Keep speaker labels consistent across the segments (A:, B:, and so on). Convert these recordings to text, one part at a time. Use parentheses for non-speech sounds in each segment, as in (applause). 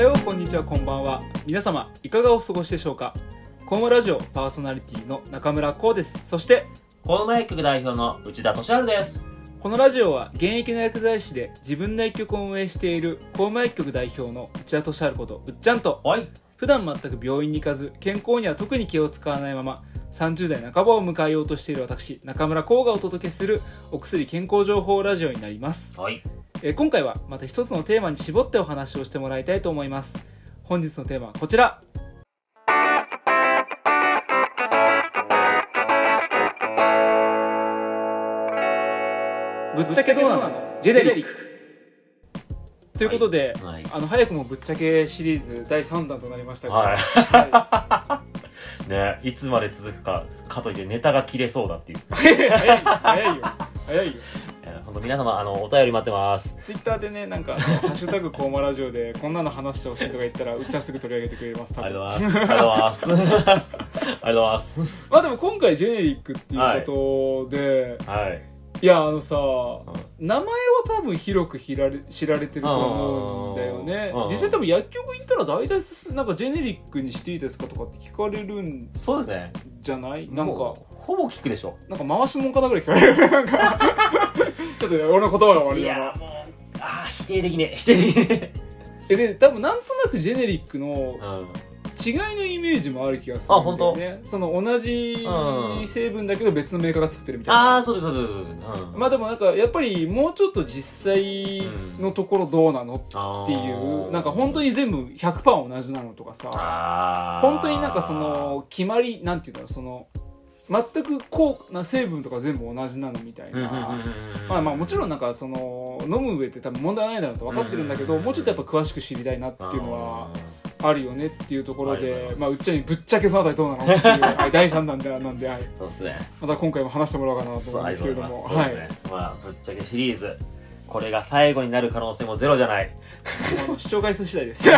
A: ようこんにちはこんばんは皆様いかがお過ごしでしょうかコムラジオパーソナリティの中村光ですそして
B: コウマ薬局代表の内田敏治です。
A: このラジオは現役の薬剤師で自分の薬局を運営している公務薬局代表の内田敏治ことうっちゃんと
B: はい。
A: 普段全く病院に行かず健康には特に気を使わないまま30代半ばを迎えようとしている私中村光がお届けするお薬健康情報ラジオになります
B: はい。
A: えー今回はまた一つのテーマに絞ってお話をしてもらいたいと思います本日のテーマはこちらぶっちゃけどうなのジェネリックということで、
B: はい。
A: あの早くもぶっちゃけシリーズ第3弾となりましたが、
B: は。
A: はい
B: (laughs) ねいつまで続くか、かといってネタが切れそうだっていう。
A: い (laughs) 早いよ早いよ早いよ
B: 本当皆様、あの、お便り待ってます。
A: ツイッターでねなんか「ハッシュタグコーマラジオ」でこんなの話してほしいとか言ったらうっちゃんすぐ取り上げてくれます多
B: あ
A: 分
B: りがとうござい
A: (laughs)
B: ます。ありがとうございます。ありがとうございます。
A: まあでも今回ジェネリックっていうことで、い、
B: はい。
A: やあのさ
B: う
A: 名前は多分広く知られ知られてると思うんだよね
B: うん
A: 実際多分薬局行ったら大体すなんかジェネリックにしていいですかとかって聞かれるん
B: んそうですね。
A: じゃないなんか
B: もう、ほぼ聞くでしょ。
A: なんか回しもんかなぐらい聞かれる (laughs) なんかちょっとね俺の言葉が悪いな
B: もう、ああ、否定できねえ。否定できね
A: えで多分なんとなくジェネリックの
B: え。うん。
A: 違いのイメージもある気がするんだよねその同じ
B: うん
A: 成分だけど別のメーカーが作ってるみたいな
B: ああ、そうです、そうです、そうです。うん。
A: まあでもなんかやっぱりもうちょっと実際のところどうなのっ
B: あー、
A: ていうなんか本当に全部100%同じなのとかさ
B: あー
A: 本当になんかその決まりなんていうんだろうその全くこうな成分とか全部同じなのみたい
B: うんうんうん
A: な。
B: うんうん
A: まあまあもちろんなんかその飲む上って多分問題ないだろうと分かってるんだけ
B: うん
A: ど
B: うんうん
A: もうちょっとやっぱ詳しく知りたいなっていうのは
B: あー
A: あるよねっていうところ
B: ありが
A: で
B: とうございます
A: まあうっちゃんにぶっちゃけそのあたりどうなのっていうはい第3弾でなんではい
B: そうですね。
A: また今回も話してもらおうかなと
B: そ
A: 思うん
B: うあ
A: で
B: り
A: す
B: が
A: け
B: と
A: れ
B: う
A: ど
B: ござい
A: も
B: ます。そう
A: は
B: です
A: い
B: ね。まあぶっちゃけシリーズこれが最後になる可能性もゼロじゃない。
A: あの視聴回数次第
B: (laughs)
A: です。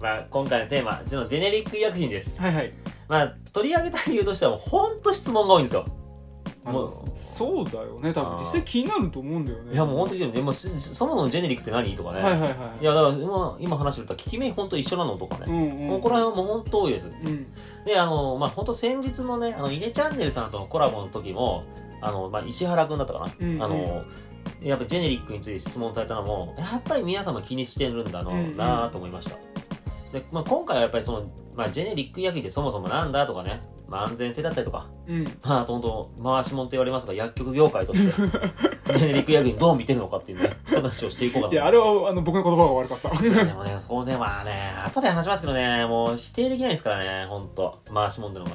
B: まあ今回のテーマそのジェネリック医薬品です。
A: はいはい。
B: まあ取り上げた理由としては本当質問が多いんですよ。
A: あの
B: もう
A: そうだよね。多
B: あ
A: 分
B: ー
A: 実際気になると思うんだよね。
B: いやもう本当にでもしそもそもジェネリックって何とかね。
A: はいはいはい。
B: いやだから今今話してた効き目本当一緒なのとか
A: う
B: ね。
A: んうん。
B: もうこの辺はもう本当多いです。
A: うん。
B: であのまあ本当先日のねあのイネチャンネルさんとのコラボの時もあのまあ石原君だったかな、
A: うんうん
B: あのやっぱジェネリックについて質問されたのもやっぱり皆様気にしてるんだろうなと思いました、で、まあ、今回はやっぱりその、まあ、ジェネリック医薬品ってそもそもなんだとかね、まあ、安全性だったりとか
A: うん。
B: まあ本当回しもんと言われますが薬局業界 (laughs) としてジェネリック医薬品どう見てるのかっていうね話をしていこうか
A: い
B: な
A: やあれはあの僕の言葉が悪かった。 (laughs)
B: いやでもね、ここではね、後で話しますけどね、もう否定できないですからね、ほんと。回しもんってのが。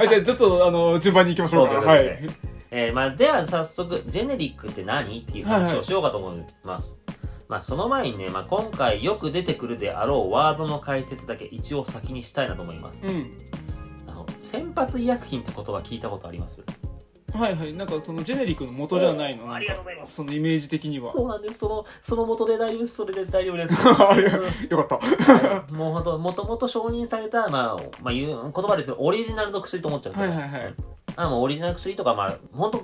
A: あじゃあちょっとあの順番に行きましょうか。
B: そう
A: は
B: だね
A: い。
B: えーまあ、では早速、ジェネリックって何っていう話をしようかと思います。まあ、その前にね、まあ、今回よく出てくるであろうワードの解説だけ一応先にしたいなと思います。
A: うん。
B: あの、先発医薬品って言葉聞いたことあります
A: はいはい。なんかそのジェネリックの元じゃないの。
B: ありがとうございます。
A: そのイメージ的には。。
B: そうなんです。その、その元で大丈夫です。それで大丈夫です
A: (laughs) ありがとうよかった。
B: うんもうほんと、もともと承認された、まあ、まあ、言う言葉ですけど、オリジナルの薬と思っちゃうけど
A: はいはいはい
B: うんあもうオリジナルの薬とか、まあ、本当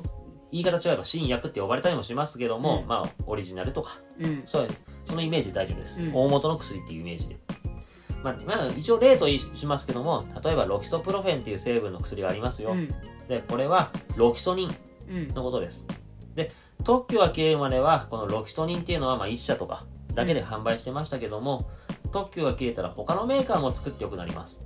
B: 言い方違えば新薬って呼ばれたりもしますけども、
A: うん
B: まあ、オリジナルとか、
A: うん。
B: そうそのイメージで大丈夫です、
A: うん
B: 大元の薬っていうイメージで、まあまあ、一応例としますけども例えばロキソプロフェンっていう成分の薬がありますよ、
A: うん。
B: でこれはロキソニン
A: うん。
B: のことですで特許が切れるまではこのロキソニンっていうのはまあ1社とかだけで販売してましたけども、特許が切れたら他のメーカーも作ってよくなります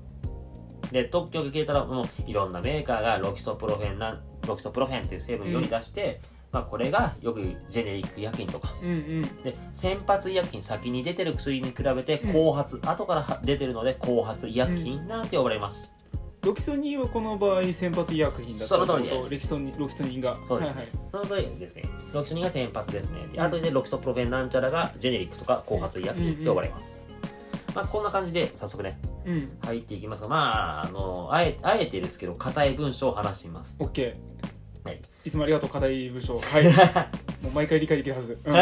B: で特許が切れたらもういろんなメーカーがロキソプロフェンなんロキソプロフェンっていう成分を世に出して、まあ、これがよくジェネリック医薬品とか
A: うんうん。
B: で先発医薬品先に出てる薬に比べて
A: うん
B: 後発、後からは出てるので後発医薬品なんて呼ばれます、
A: ロキソニンはこの場合先発医薬品だった
B: その通りです
A: ロキソニンロキソニンが。
B: そうです
A: はいはい。
B: なのでですねロキソニンが先発ですねで後でロキソプロフェンなんちゃらがジェネリックとか後発医薬品って呼ばれます、まあ、こんな感じで早速ね
A: うん。
B: 入っていきますがまああのあえあえてですけど硬い文章を話してみます
A: オッケー。
B: はい。
A: いつもありがとう課題部長。は
B: (laughs)
A: い。もう毎回理解できるはず。うん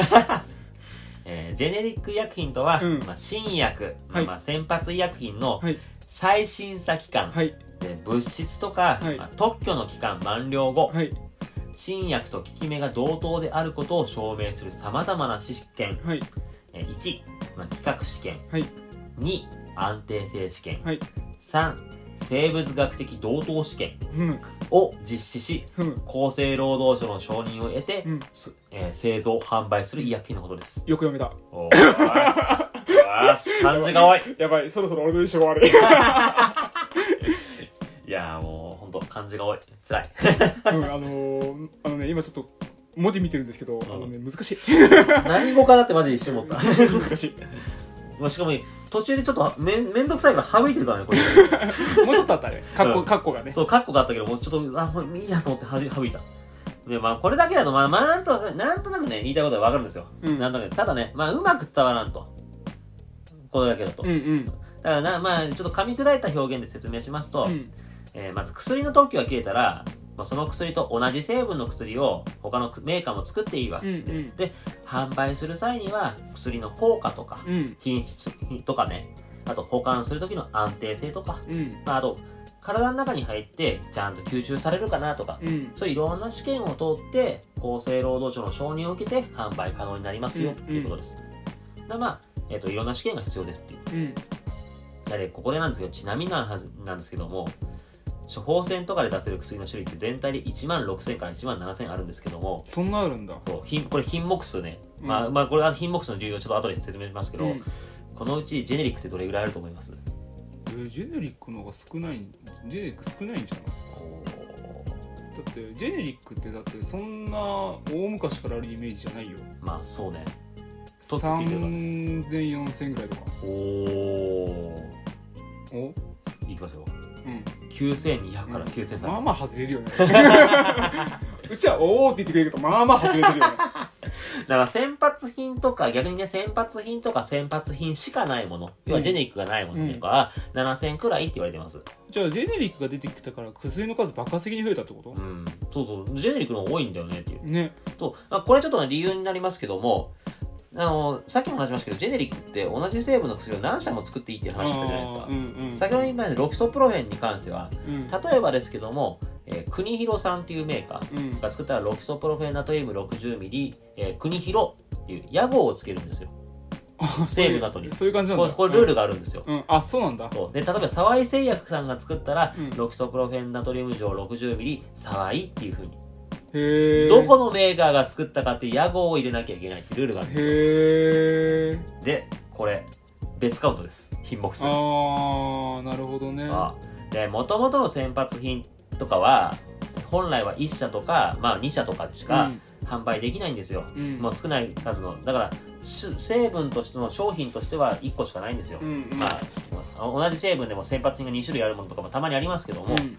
B: えージェネリック医薬品とは、
A: うん
B: まあ、新薬、
A: はい
B: まあ、先発医薬品の
A: はい
B: 最審査期間、
A: はい
B: で物質とか、
A: はい
B: まあ特許の期間満了後、
A: はい
B: 新薬と効き目が同等であることを証明するさまざまな試験
A: はい
B: えー1、まあ、企画試験、
A: はい
B: 2安定性試験、
A: はい
B: 3生物学的同等試験
A: ふむ
B: を実施し
A: ふむ
B: 厚生労働省の承認を得て、
A: うん
B: すえー製造販売する医薬品のことです
A: よく読めた
B: おーよしよし (laughs) 感じが多い
A: やばいそろそろ俺の衣装悪い
B: いやーもうほんと漢字が多いつらい
A: (laughs) うんあのー、あのね今ちょっと文字見てるんですけど、あのね難しい
B: 何語かなってマジで一瞬思った
A: (laughs) 難しい
B: まあしか (laughs) も途中でちょっとめんめんどくさいから省いてるからねこれ
A: もうちょっとあったねカッコ、
B: うん
A: カッコがね
B: そう、カッコがあったけど、もうちょっと、あ、これいいやと思ってはじ省いた。で、まあ、これだけだと、まあ、まあ、なんとなく、なんとなくね、言いたいことはわかるんですよ。
A: うん
B: なんとなく。ただね、まあ、うまく伝わらんと。これだけだと。
A: うんうん
B: だからな、まあ、ちょっと噛み砕いた表現で説明しますと、
A: うん
B: えーまず薬の特許が切れたら、まあ、その薬と同じ成分の薬を他のメーカーも作っていいわけです。
A: うんうん
B: で、販売する際には、薬の効果とか、
A: うん
B: 品質とかね、あと保管する時の安定性とか、
A: うん
B: まあ、あと体の中に入ってちゃんと吸収されるかなとか、
A: うん
B: そういういろんな試験を通って厚生労働省の承認を受けて販売可能になりますよ
A: うん
B: っていうことです、だからまあ、えっといろんな試験が必要ですっていう
A: うん
B: でここでなんですけどちなみになんはずなんですけども処方箋とかで出せる薬の種類って全体で1万6000から1万7000あるんですけども
A: そんなあるんだ
B: そう品これ品目数ね、
A: うん
B: まあまあこれは品目数の理由をちょっと後で説明しますけ
A: う
B: ど、
A: ん
B: このうちジェネリックってどれぐらいあると思います
A: えージェネリックの方が少ないんジェネリック少ないんじゃないだってジェネリックってだってそんな大昔からあるイメージじゃないよ
B: まあそうね取ってくれれば
A: 30004000ぐらいとか
B: おお
A: お
B: いきますよ
A: うん
B: 9200から9300、
A: まあまあ外れるよね (laughs) うちはおおって言ってくれるけどまあまあ外れてるよね
B: だから先発品とか逆にね先発品とか先発品しかないもの要はジェネリックがないものっていうか、7000くらいって言われてます
A: (laughs) じゃあジェネリックが出てきたから薬の数爆発的に増えたってこと
B: う、んそうそうジェネリックの方が多いんだよねっていう
A: ね
B: と、まあ、これちょっとね理由になりますけどもあのさっきも話しましたけどジェネリックって同じ成分の薬を何社も作っていいっていう話したじゃないですか、
A: あーうんうん
B: 先ほど言いましたロキソプロフェンに関しては
A: うん
B: 例えばですけども、えー、国広さんっていうメーカー、
A: うん
B: が作ったロキソプロフェナトリウム 60mg、えー、国広っていう屋号をつけるんですよ。
A: あ
B: セーブの後
A: そう
B: に
A: いうそういう感じなん
B: こ
A: だ
B: れこれルールがあるんですよ。
A: うん、うんあそうなんだ
B: そうで例えば沢井製薬さんが作ったら、
A: うん
B: ロキソプロフェナトリウム錠 60mg 沢井っていうふうに、
A: へえ
B: どこのメーカーが作ったかっていう屋号を入れなきゃいけないっていうルールがあるんですよ。
A: へえ
B: でこれ別カウントです品目数。
A: ああなるほどね
B: あで元々の先発品とかは本来は1社とか、まあ、2社とかでしか販売できないんですよ。
A: うんうん
B: もう少ない数のだからし成分としての商品としては1個しかないんですよ、
A: うんうん
B: まあ同じ成分でも先発品が2種類あるものとかもたまにありますけども、
A: うん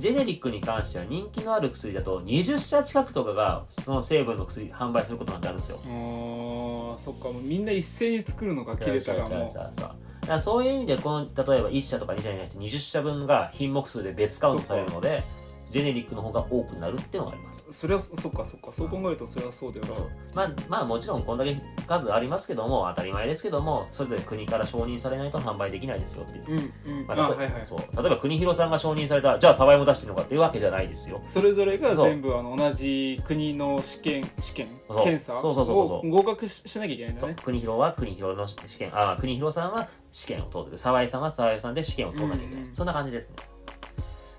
B: ジェネリックに関しては人気のある薬だと20社近くとかがその成分の薬販売することなんてあるんですよ
A: あーそっかもうみんな一斉に作るのが切れたらも
B: そううそうそうだからそういう意味でこの例えば1社とか2社に対して20社分が品目数で別カウントされるのでジェネリックの方が多くなるっていうのがあります
A: それはそそっかそっかそう考えるとそれはそうだよな
B: まあ、まあもちろんこんだけ数ありますけども当たり前ですけどもそれぞれ国から承認されないと販売できないですよっていう、
A: うんうん
B: ま
A: あ
B: あ例え
A: はいはい
B: そう例えば国広さんが承認されたじゃあ沢井も出してるのかっていうわけじゃないですよ
A: それぞれが
B: そう
A: 全部あの同じ国の試験試験
B: そう
A: 検査
B: そうそうそうそ
A: を
B: う
A: 合格ししなきゃいけないんだ
B: そう
A: ね
B: 国広は国広の試験あ国広さんは試験を通ってる沢井さんは沢井さんで試験を通らなきゃいけない、
A: うんうん
B: そんな感じですね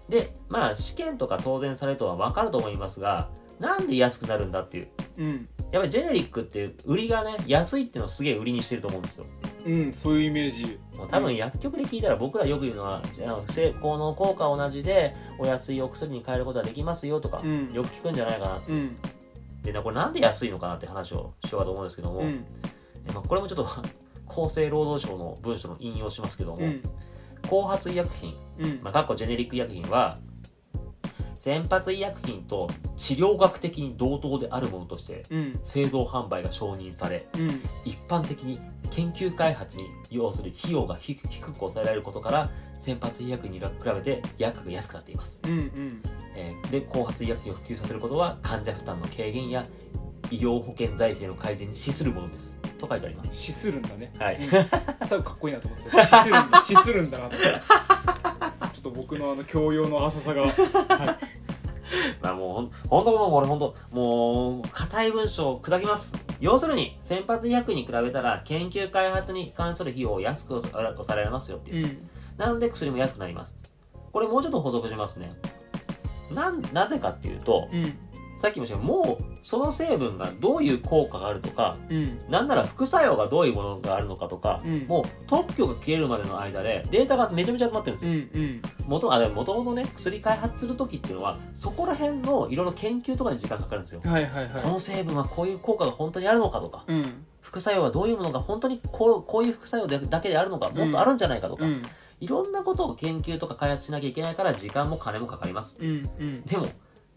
B: でまあ試験とか当然されるとは分かると思いますがなんで安くなるんだっていう
A: うん
B: やっぱりジェネリックっていう売りがね安いっていうのをすげえ売りにしてると思うんですよ
A: うんそういうイメージ
B: もう多分薬局で聞いたら僕らよく言うのはあの成功の効果は同じでお安いお薬に変えることはできますよとか、
A: うん
B: よく聞くんじゃないかなっ
A: うん
B: てでこれなんで安いのかなって話をしようかと思うんですけども、
A: うん
B: えまあこれもちょっと (laughs) 厚生労働省の文書の引用しますけども、
A: うん
B: 後発医薬品、
A: うん
B: まあ、かっこジェネリック医薬品は先発医薬品と治療学的に同等であるものとして
A: うん
B: 製造販売が承認され
A: うん
B: 一般的に研究開発に要する費用が低く抑えられることから先発医薬に比べて薬価が安くなっています、
A: うんうん
B: えーで後発医薬品を普及させることは患者負担の軽減や医療保険財政の改善に資するものですと書いてあります
A: 死するん
B: (laughs)
A: だね
B: はい
A: うん最後かっこいいなと思って死するんだ死するんだなと思ってちょっと僕のあの教養の浅さが、はい、
B: まあもうほん、ほんともう俺ほんと、もう、硬い文章を砕きます。要するに、先発医薬に比べたら、研究開発に関する費用を安く抑えられますよっていう。
A: うん
B: なんで薬も安くなります。これもうちょっと補足しますね。なん、なぜかっていうと、
A: うん
B: さっきも言いましたけど、もう、その成分がどういう効果があるとか、
A: うん
B: なんなら副作用がどういうものがあるのかとか、
A: うん
B: もう特許が切れるまでの間でデータがめちゃめちゃ集まってるんで
A: う
B: す
A: んう
B: よ。
A: ん
B: 元あもともとね、薬開発する時っていうのは、そこら辺のいろいろ研究とかに時間かかるんですよ。
A: はいはいはい
B: この成分はこういう効果が本当にあるのかとか、
A: うん
B: 副作用はどういうものが本当にこうこういう副作用でだけであるのか、もっとあるんじゃないかとか、
A: うん
B: いろんなことを研究とか開発しなきゃいけないから時間も金もかかります。
A: うんうん
B: でも、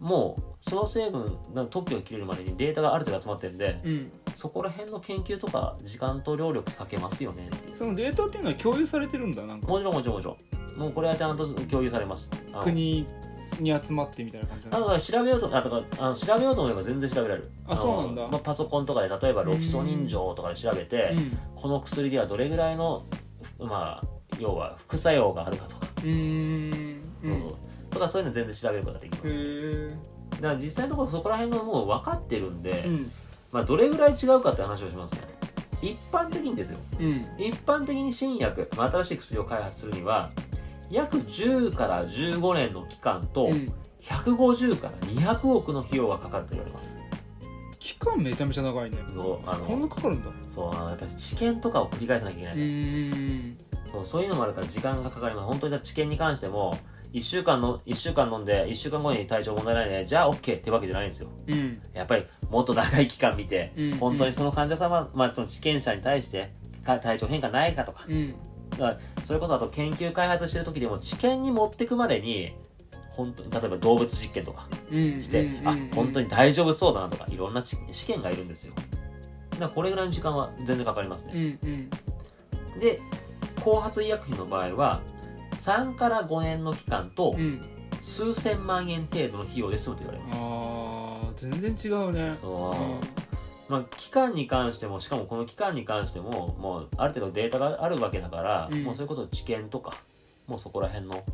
B: もう、その成分、なんか特許が切れるまでにデータがある程度集まってるんで、
A: うん
B: そこら辺の研究とか時間と労力避けますよねっていう
A: そのデータっていうのは共有されてるんだなんか
B: もちろんもちろんもちろんもうこれはちゃんと共有されますあの
A: 国に集まってみたいな感じ
B: あ
A: な
B: の
A: の
B: だから調べようとあとかあの調べようと思えば全然調べられる
A: あそうなんだ
B: のまあ、パソコンとかで例えばロキソニン錠とかで調べて、この薬ではどれぐらいのふまあ要は副作用があるかとか、
A: うんうーんうん
B: そうそうとかそういうの全然調べることができます、
A: へ
B: だから実際のところそこら辺がもう分かってるんで、
A: えうん
B: まあ、どれぐらい違うかって話をしますね一般的にですよ
A: うん
B: 一般的に新薬、まあ、新しい薬を開発するには約10から15年の期間と
A: うん
B: 150から200億の費用がかかると言われます、
A: 期間めちゃめちゃ長いね
B: そうあ
A: こんな
B: の
A: かかるんだ
B: そうあのやっぱり治験とかを繰り返さなきゃいけな
A: う
B: い、
A: ーん
B: そうそういうのもあるから時間がかかります本当にだから治験に関しても1週間の1週間飲んで1週間後に体調問題ないねじゃあ OK ってわけじゃないんですよ
A: うん
B: やっぱりもっと長い期間見て、
A: うん
B: 本当にその患者様、まあ、その治験者に対してか体調変化ないかとか
A: うん
B: それこそあと研究開発してる時でも知見に持ってくまでに本当に例えば動物実験とか
A: うん
B: して、
A: うんうん
B: あ本当に大丈夫そうだなとかいろんなち試験がいるんですよだからこれぐらいの時間は全然かかります
A: う
B: ね、
A: んうん
B: で後発医薬品の場合は3から5年の期間と
A: うん
B: 数千万円程度の費用で済むと言われます、
A: あー全然違うね
B: そう、まあ、期間に関してもしかもこの期間に関してももうある程度データがあるわけだから、
A: うん
B: もうそれこそ知見とかもうそこら辺の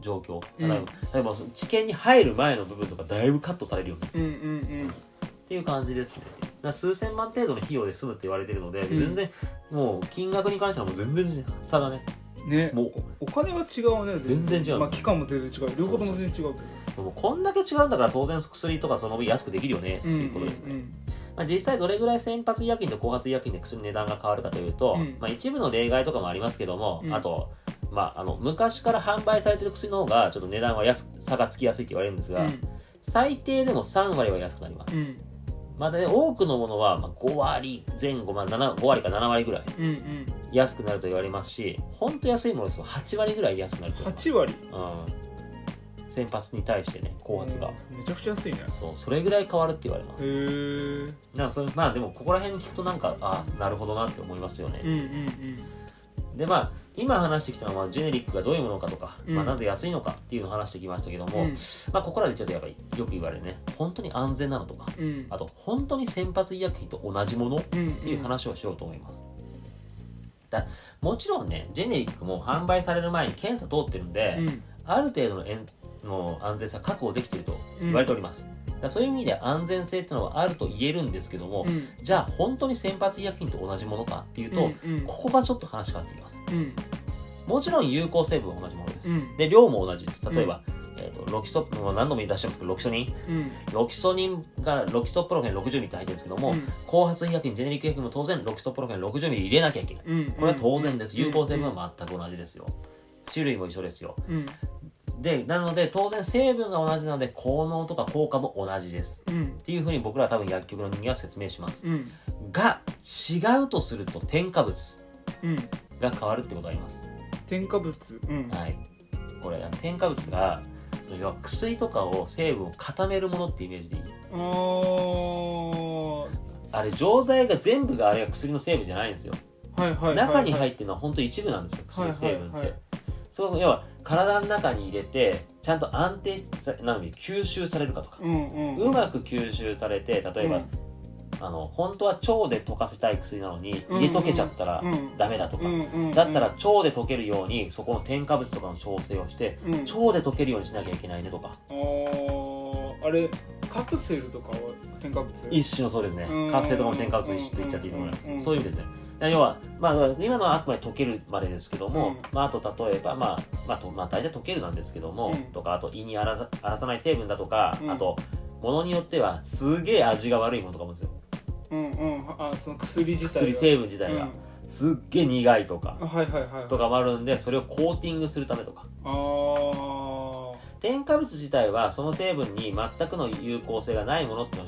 B: 状況、
A: うん
B: 例えば例えばその知見に入る前の部分とかだいぶカットされるよね
A: うんうんうん
B: っていう感じですねだから数千万程度の費用で済むって言われてるので、
A: ん
B: 全然もう金額に関してはもう全然差がね
A: うんね
B: もう
A: お金は違うね
B: 全然違う
A: まあ期間も全然違う両方とも全然違うけど
B: もうこんだけ違うんだから当然薬とかその分安くできるよねって
A: うん
B: いうことですね、まあ、実際どれぐらい先発医薬品と後発医薬品で薬の値段が変わるかというと、
A: うん
B: まあ、一部の例外とかもありますけども、
A: うん
B: あと、まあ、あの昔から販売されてる薬の方がちょっと値段は安く差がつきやすいって言われるんで
A: う
B: す
A: ん
B: が、最低でも3割は安くなります、
A: うん
B: またね多くのものはまあ5割前後、まあ、7 5割か7割ぐらい
A: うんうん
B: 安くなると言われますし本当安いものですと8割ぐらい安くなると言われます
A: 8割
B: うん、先発に対してね後発が、
A: うんめちゃくちゃ安いね
B: そうそれぐらい変わるって言われます
A: へえ
B: なんかそれまあでもここら辺聞くとなんかああなるほどなって思いますよ
A: うん
B: ね、
A: うんうん
B: でまあ今話してきたのはジェネリックがどういうものかとか、
A: うん
B: まあ、なぜ安いのかっていうのを話してきましたけども、
A: うん
B: まあ、ここらでちょっとやっぱりよく言われるね本当に安全なのとか
A: うん
B: あと本当に先発医薬品と同じものっ
A: うん
B: ていう話をしようと思います、だもちろんねジェネリックも販売される前に検査通ってるんで、
A: うん
B: ある程度のえんの安全さ確保できていると言われております、だからそういう意味で安全性っていうのはあると言えるんですけども、
A: うん
B: じゃあ本当に先発医薬品と同じものかっていうと、
A: うんうん
B: ここがちょっと話変わってきます
A: うん
B: もちろん有効成分は同じものです、
A: うん
B: で量も同じです例えば、えー、とロキソもう何度も言い出してますけどロキソニン
A: うん
B: ロキソニンがロキソプロフェン60ミリって入ってるんですけども、
A: うん
B: 後発医薬品ジェネリック薬品も当然ロキソプロフェン60ミリ入れなきゃいけない
A: うん
B: これは当然です
A: うん
B: 有効成分は全く同じですよ種類も一緒ですよ
A: うん
B: でなので当然成分が同じなので効能とか効果も同じです
A: うん
B: っていうふうに僕らは多分薬局の人間は説明します
A: うん
B: が違うとすると添加物
A: うん
B: が変わるってことがあります、
A: 添加物うん
B: はいこれ添加物がその要は薬とかを成分を固めるものってイメージでいい
A: あー
B: あれ錠剤が全部があれが薬の成分じゃないんですよ、
A: はいはいはいはい
B: 中に入ってるのは本当一部なんですよ薬の成分って、
A: はいはいはい
B: その要は体の中に入れてちゃんと安定さなのに吸収されるかとか、
A: うんうん
B: うまく吸収されて例えば、あの本当は腸で溶かせたい薬なのに
A: うん
B: 入れ溶けちゃったら
A: うん
B: ダメだとか、
A: うんうんうん
B: だったら腸で溶けるようにそこの添加物とかの調整をして
A: うん
B: 腸で溶けるようにしなきゃいけないねとか
A: あーあれカプセルとかは添加物
B: 一種のそうですね
A: うん
B: 覚醒とかも添加物一種と言っちゃっていいと思いま
A: うんうん
B: すそういう意味ですねいや要は、まあ、今のはあくまで溶けるまでですけど
A: う
B: も、
A: ん
B: まあ、あと例えば、まあまあとまあ、大体溶けるなんですけども、
A: うん
B: とかあと胃に荒らさ荒らさない成分だとか、
A: うん
B: あとものによってはすげえ味が悪いものとかもですよ
A: うんうんあその薬自体
B: 薬成分自体が、すっげえ苦いとか
A: うん、はいはいはい
B: とかもあるんでそれをコーティングするためとか
A: あー
B: 添加物自体はその成分に全くの有効性がないものっての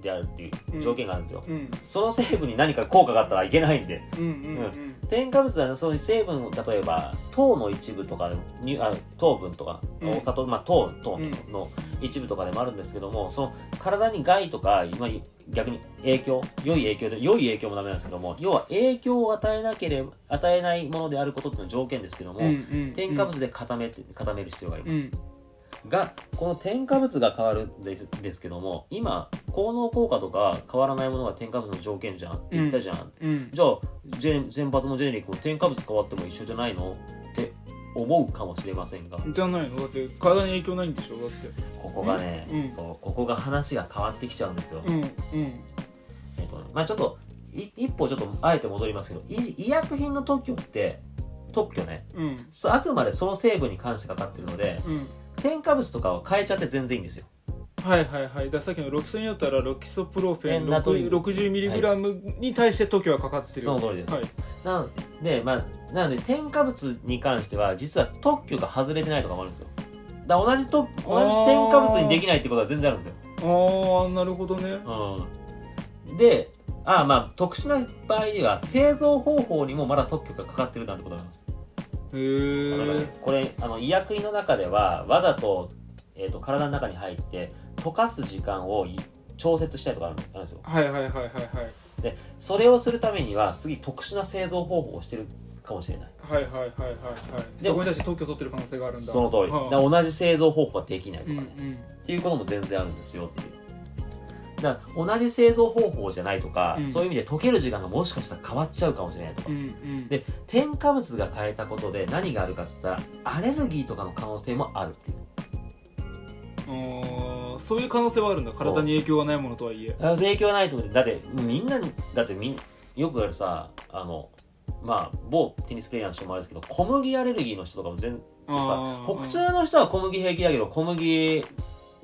B: であるっていう条件があるんですよ、
A: うん
B: その成分に何か効果があったらいけないんで
A: うんうんうん
B: 添加物はその成分を例えば糖の一部とかにあ糖分とか、
A: うん
B: お砂糖、まあ、糖糖の一部とかでもあるんですけどもその体に害とか、まあ、逆に影響良い影響で良い影響もダメなんですけども要は影響を与えなければ与えないものであることっていうのは条件ですけども、
A: うんうん
B: 添加物で固めて固める必要があり
A: う
B: ます、
A: ん
B: がこの添加物が変わるんですですけども今効能効果とか変わらないものが添加物の条件じゃんって言ったじゃん、
A: うん
B: じゃあ全全発もジェネリックも添加物変わっても一緒じゃないのって思うかもしれませんが
A: じゃないのだって体に影響ないんでしょだって
B: ここがね、
A: うん
B: そうここが話が変わってきちゃうんですよ、
A: うんうん
B: えっとねまあちょっとい一歩ちょっとあえて戻りますけどい医薬品の特許って特許ね
A: うん
B: そうあくまでその成分に関してかかってるので
A: うん
B: 添加物とかは変えちゃって全然いいんですよ
A: はいはいはいだからさっきのロキソニンだったらロキソプロフェン
B: えナトリウム
A: 60mg に対して時はかかってる
B: その通りです
A: はい
B: なので、まあ、なので添加物に関しては実は特許が外れてないとかもあるんですよだから同じと同じ添加物にできないってことは全然あるんですよ
A: ああなるほどね
B: うん、であまあ特殊な場合では製造方法にもまだ特許がかかってるなんてことなんです、
A: へえ
B: これあの医薬品の中ではわざと,、えー、と体の中に入って溶かす時間をい調節したりとかあるあるんですよ
A: はいはいはいはいはい
B: それをするためにはすげえ特殊な製造方法をしてるかもしれない
A: はいはいはいはいはい
B: で
A: そこに対して特許取ってる可能性があるんだ
B: その通り、
A: はあ
B: だから同じ製造方法はできないと
A: う
B: か
A: ん
B: ね、
A: う
B: っ
A: ん
B: ていうことも全然あるんですよっていうだから同じ製造方法じゃないとか、
A: うん
B: そういう意味で溶ける時間がもしかしたら変わっちゃうかもしれないとか、
A: うんうん
B: で添加物が変えたことで何があるかって言ったらアレルギーとかの可能性もあるっていう
A: あーそういう可能性はあるんだ体に影響がないものとはいえ
B: あ影響はないと思ってだってみんなだってみんよくあるさあのまあ某テニスプレーヤーの人もあれですけど小麦アレルギーの人とかも全さ
A: あー
B: 普通の人は小麦平気だけど小麦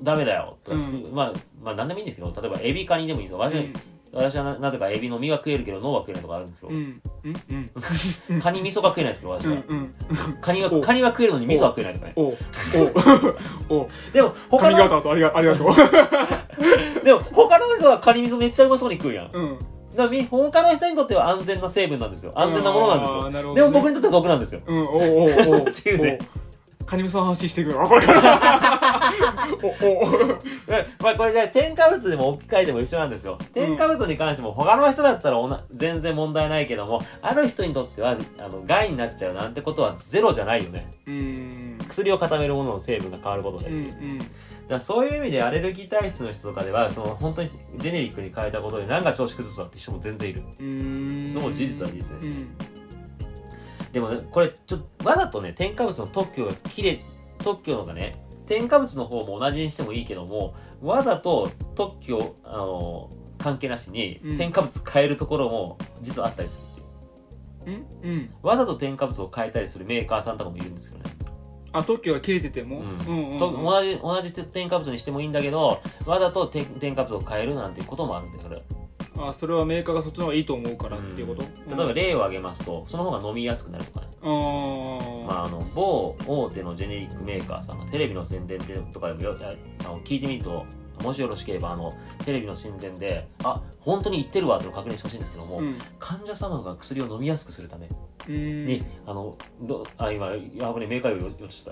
B: ダメだよとか、
A: うん
B: まあまあ何でもいいんですけど例えばエビカニでもいいんですよ私,、
A: うん
B: 私はななぜかエビの身は食えるけど脳は食えないとかあるんですよ
A: う、んうんうん
B: カニ味噌が食えないですけど私
A: う
B: (laughs) は、
A: んうん
B: カニ
A: お
B: はカニは食えるのに味噌は食えないとかね
A: おうおうおう
B: でも (laughs) 他
A: 髪
B: の
A: 型とありがありがとう
B: でも他の人はカニ味噌めっちゃうまそうに (laughs) 食うやん。だか
A: うん
B: らみ他の人にとっては安全な成分なんですよ。安全なものなんです
A: あー
B: よ。
A: なるほどね
B: でも僕にとっては毒なんですよ。
A: うん、おうおうおう
B: (laughs) っていうね
A: おうカニムさんの話していくわこれから
B: (laughs)
A: おおう
B: うんまあこれね、添加物でも置き換えても一緒なんですよ。添加物に関しても他の人だったらおな全然問題ないけども、ある人にとっては、あの、害になっちゃうなんてことはゼロじゃないよね。
A: うん
B: 薬を固めるものの成分が変わることで
A: う
B: っ
A: ん
B: て
A: う
B: いう。だ
A: ん
B: からそういう意味でアレルギー体質の人とかでは、その本当にジェネリックに変えたことで何か調子崩すなって人も全然いる。
A: うーん
B: のも事実は事実ですね
A: うん
B: でもね、これ、ちょっと、わざとね、添加物の特許が切れ、特許のがね、添加物の方も同じにしてもいいけども、わざと特許、あの、関係なしに
A: うん、
B: 添加物変えるところも、実はあったりするっていう。
A: うんうん
B: わざと添加物を変えたりするメーカーさんとかもいるんですよね。
A: あ特許が切れてても、
B: うん
A: うんうん
B: と同じ、同じ添加物にしてもいいんだけど、わざと添添加物を変えるなんていうこともあるんですよ。
A: あそれはメーカーがそっちの方がいいと思うからっていうこと、
B: 例えば例を挙げますと、その方が飲みやすくなるとかね。
A: あー、
B: まあ、あの某大手のジェネリックメーカーさんがテレビの宣伝でとかでもよあの聞いてみるともしよろしければあのテレビの宣伝であ本当に言ってるわっていうのを確認してほしいんですけども、
A: うん
B: 患者様が薬を飲みやすくするため
A: うん
B: に、あのどあ今やぶねメーカーよよち
A: (laughs)
B: ょ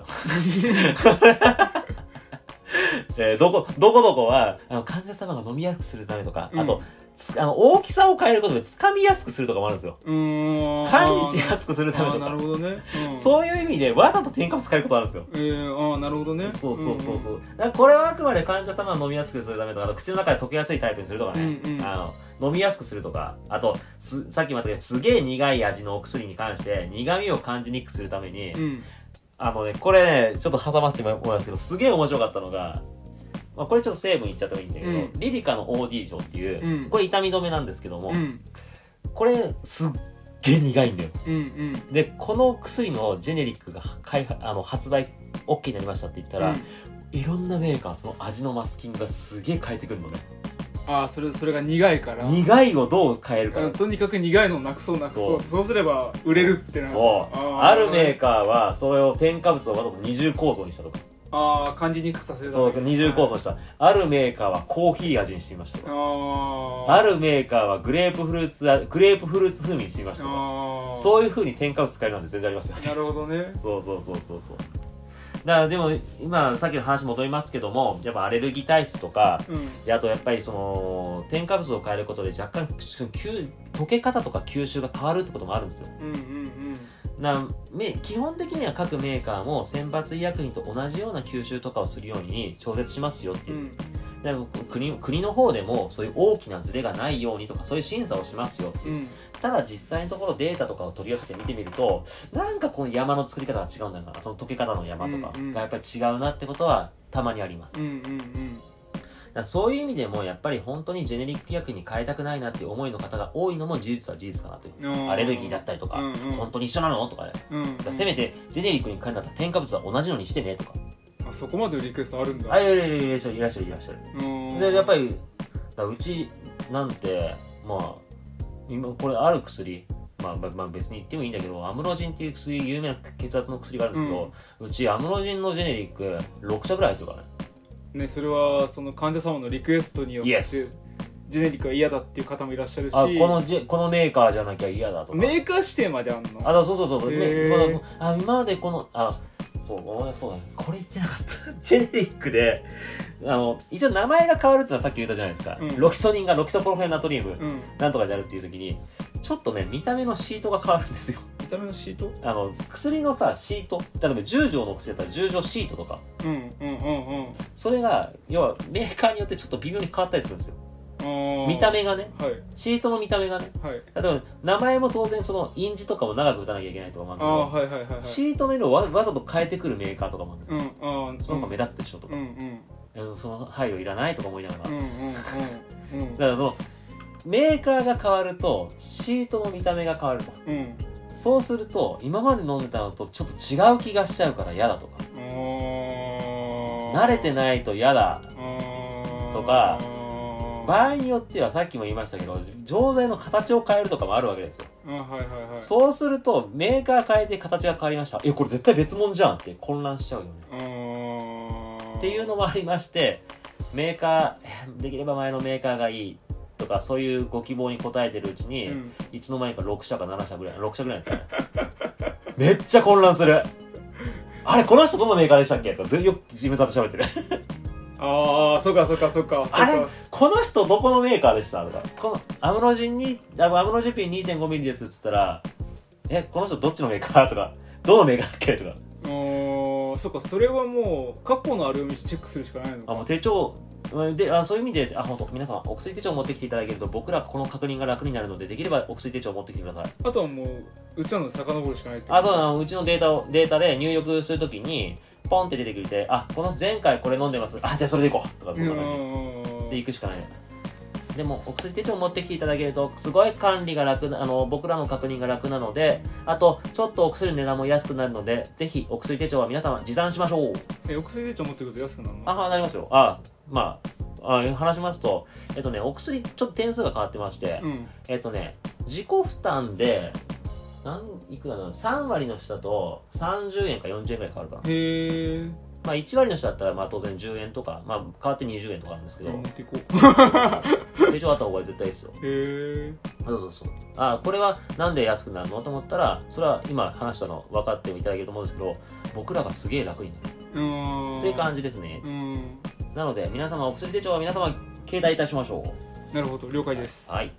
B: っと、えーどこどこどこはあの患者様が飲みやすくするためとか、
A: うん
B: あとつあの大きさを変えることでつかみやすくするとかもあるんですよ
A: うーん
B: 管理しやすくするため
A: あー
B: と
A: な
B: か
A: るほどね、うん、う
B: そういう意味でわざと添加物変えることあるんですよ
A: えー、ああなるほどね
B: そうそうそうそう、だからこれはあくまで患者様を飲みやすくするためとかあと口の中で溶けやすいタイプにするとかね、
A: うんうん
B: あの飲みやすくするとかあとすさっきもあったけどすげえ苦い味のお薬に関して苦味を感じにくくするために、
A: うん、うん
B: あのねこれねちょっと挟ませてもらいますけどすげえ面白かったのがまあ、これちょっと成分言っちゃってもいいんだけど、
A: うん
B: リリカの OD 錠っていう、
A: うん
B: これ痛み止めなんですけども、
A: うん
B: これすっげえ苦いんだよ
A: うんうん
B: でこの薬のジェネリックが開発あの発売 OK になりましたって言ったら、
A: うん
B: いろんなメーカーその味のマスキングがすげえ変えてくるのね
A: ああそれそれが苦いから
B: 苦いをどう変えるか
A: うんとにかく苦いのをなくそうなくそう
B: そう
A: そうすれば売れるってな
B: そう
A: あー
B: あるメーカーはそれを添加物をわざと二重構造にしたとか
A: ああ感じにくくさせるた
B: そ
A: め
B: う
A: に
B: 二重構造にしたあるメーカーはコーヒー味にしてみましたとか
A: ああ
B: あるメーカーはグレープフルーツだグレープフルーツ風味にしてみましたとか
A: ああ
B: そういう風に添加物使えるなんて全然ありますよ
A: なるほどね
B: そうそうそうそうそうだからでも今さっきの話戻りますけどもやっぱアレルギー体質とか
A: うん
B: であとやっぱりその添加物を変えることで若干吸溶け方とか吸収が変わるってこともあるんですよ
A: うんうん
B: なめ基本的には各メーカーも選抜医薬品と同じような吸収とかをするように調節しますよって
A: う
B: いう、
A: ん
B: で国国の方でもそういう大きなズレがないようにとかそういう審査をしますよ
A: うんうん
B: ただ実際のところデータとかを取り寄せて見てみるとなんかこの山の作り方が違うんだよなその溶け方の山とか
A: うんうん
B: がやっぱり違うなってことはたまにあります、
A: うんうんうん
B: だからそういう意味でもやっぱり本当にジェネリック医薬に変えたくないなっていう思いの方が多いのも事実は事実かなという
A: あー
B: アレルギーだったりとか、
A: うんうん
B: 本当に一緒なのとかね
A: うんうん
B: だからせめてジェネリックに変えるんだったら添加物は同じのにしてねとか、
A: あそこまでリクエストあるんだ
B: あいやいやいやいらっしゃるいらっしゃるいらっしゃる
A: うん
B: でやっぱりだうちなんてまあ今これある薬まあ、まあまあ別に言ってもいいんだけどアムロジンっていう薬有名な血圧の薬があるんですけど、うちアムロジンのジェネリック6社ぐらい入ってるからね
A: ねそれはその患者様のリクエストによって
B: Yes
A: ジェネリックは嫌だっていう方もいらっしゃるし
B: あこのジェこのメーカーじゃなきゃ嫌だとか
A: メーカー指定まであんの
B: あそうそうそうそう、
A: へ
B: ね
A: ー
B: このあ今までこのあそうごめんそうだねこれ言ってなかった (laughs) ジェネリックであの一応名前が変わるってのはさっき言ったじゃないですか、
A: うん
B: ロキソニンがロキソプロフェンナトリウム、
A: うん
B: なんとかになるっていう時にちょっとね見た目のシートが変わるんですよ
A: 見た目のシート
B: あの薬のさシート例えば10錠の薬だったら10錠シートとか
A: うんうんうんうん
B: それが要はメーカーによってちょっと微妙に変わったりするんですよ見
A: 見
B: た目がね
A: はい
B: シートの見た目がね
A: はい
B: 例えば名前も当然その印字とかも長く打たなきゃいけないとかもあるん
A: あ
B: だけ
A: あ
B: ど
A: はいはいはいはい
B: シートの色をわわざと変えてくるメーカーとかもあるんです
A: う
B: よ。
A: んああ
B: その方が目立つでしょと
A: う
B: か、
A: んうん
B: うんその配慮いらないとか思いながら。
A: うんうんうんうん
B: だからその、メーカーが変わると、シートの見た目が変わると。
A: うん
B: そうすると、今まで飲んでたのとちょっと違う気がしちゃうから嫌だとか、
A: ああ
B: 慣れてないと嫌だ。とか場合によってはさっきも言いましたけど、錠剤の形を変えるとかもあるわけですよ。
A: あはいはいはい
B: そうすると、メーカー変えて形が変わりました。え、これ絶対別物じゃんって混乱しちゃうよね。
A: っ
B: っていうのもありましてメーカーできれば前のメーカーがいいとかそういうご希望に応えてるうちに、いつの間にか6社か7社ぐらい6社ぐらいだったねめっちゃ混乱するあれこの人どのメーカーでしたっけとかずよくジムさんと喋ってる
A: ああそうかそうかそうか
B: あれこの人どこのメーカーでしたとかこのアムロジンにあアムロジピン 2.5mm ですっつったらえこの人どっちのメーカーとかどのメーカーだっけとか
A: うんそうかそれはもう過去のあれを見てチェックするしかないの
B: あもう
A: か
B: 手帳うんであそういう意味であ本当皆さんお薬手帳を持ってきていただけると僕らこの確認が楽になるのでできればお薬手帳を持ってきてください
A: あとはもううちらの遡るしかないってこと
B: あそうなのうちのデータをデータで入力するときにポンって出てくれてあこの前回これ飲んでますあじゃあそれでいこうとかそんな感
A: うん
B: じで行くしかないでもお薬手帳を持ってきていただけるとすごい管理が楽なあの僕らの確認が楽なのであとちょっとお薬の値段も安くなるのでぜひお薬手帳は皆様持参しましょう
A: えお薬手帳持ってくると安くなるの
B: あ、なりますよ。あ、まあ、あ話しますと、えっとね、お薬、ちょっと点数が変わってまして、
A: うん
B: えっとね、自己負担で、なんいくらなの ?3 割の人だと30円か40円くらい変わるかな。
A: へえ
B: まあ1割の人だったらまあ当然10円とか、まあ変わって20円とかあるんですけ
A: 持
B: ど
A: っ、ていこう
B: 手帳あった方が絶対いいですよ。
A: へえ
B: そうそうそう。あ、これはなんで安くなるのと思ったら、それは今話したの分かっていただけると思うんですけど、僕らがすげえ楽になる。
A: うん
B: という感じですね。
A: うん
B: なので、皆様、お薬手帳は皆様、携帯いたしましょう。
A: なるほど了解です
B: はい。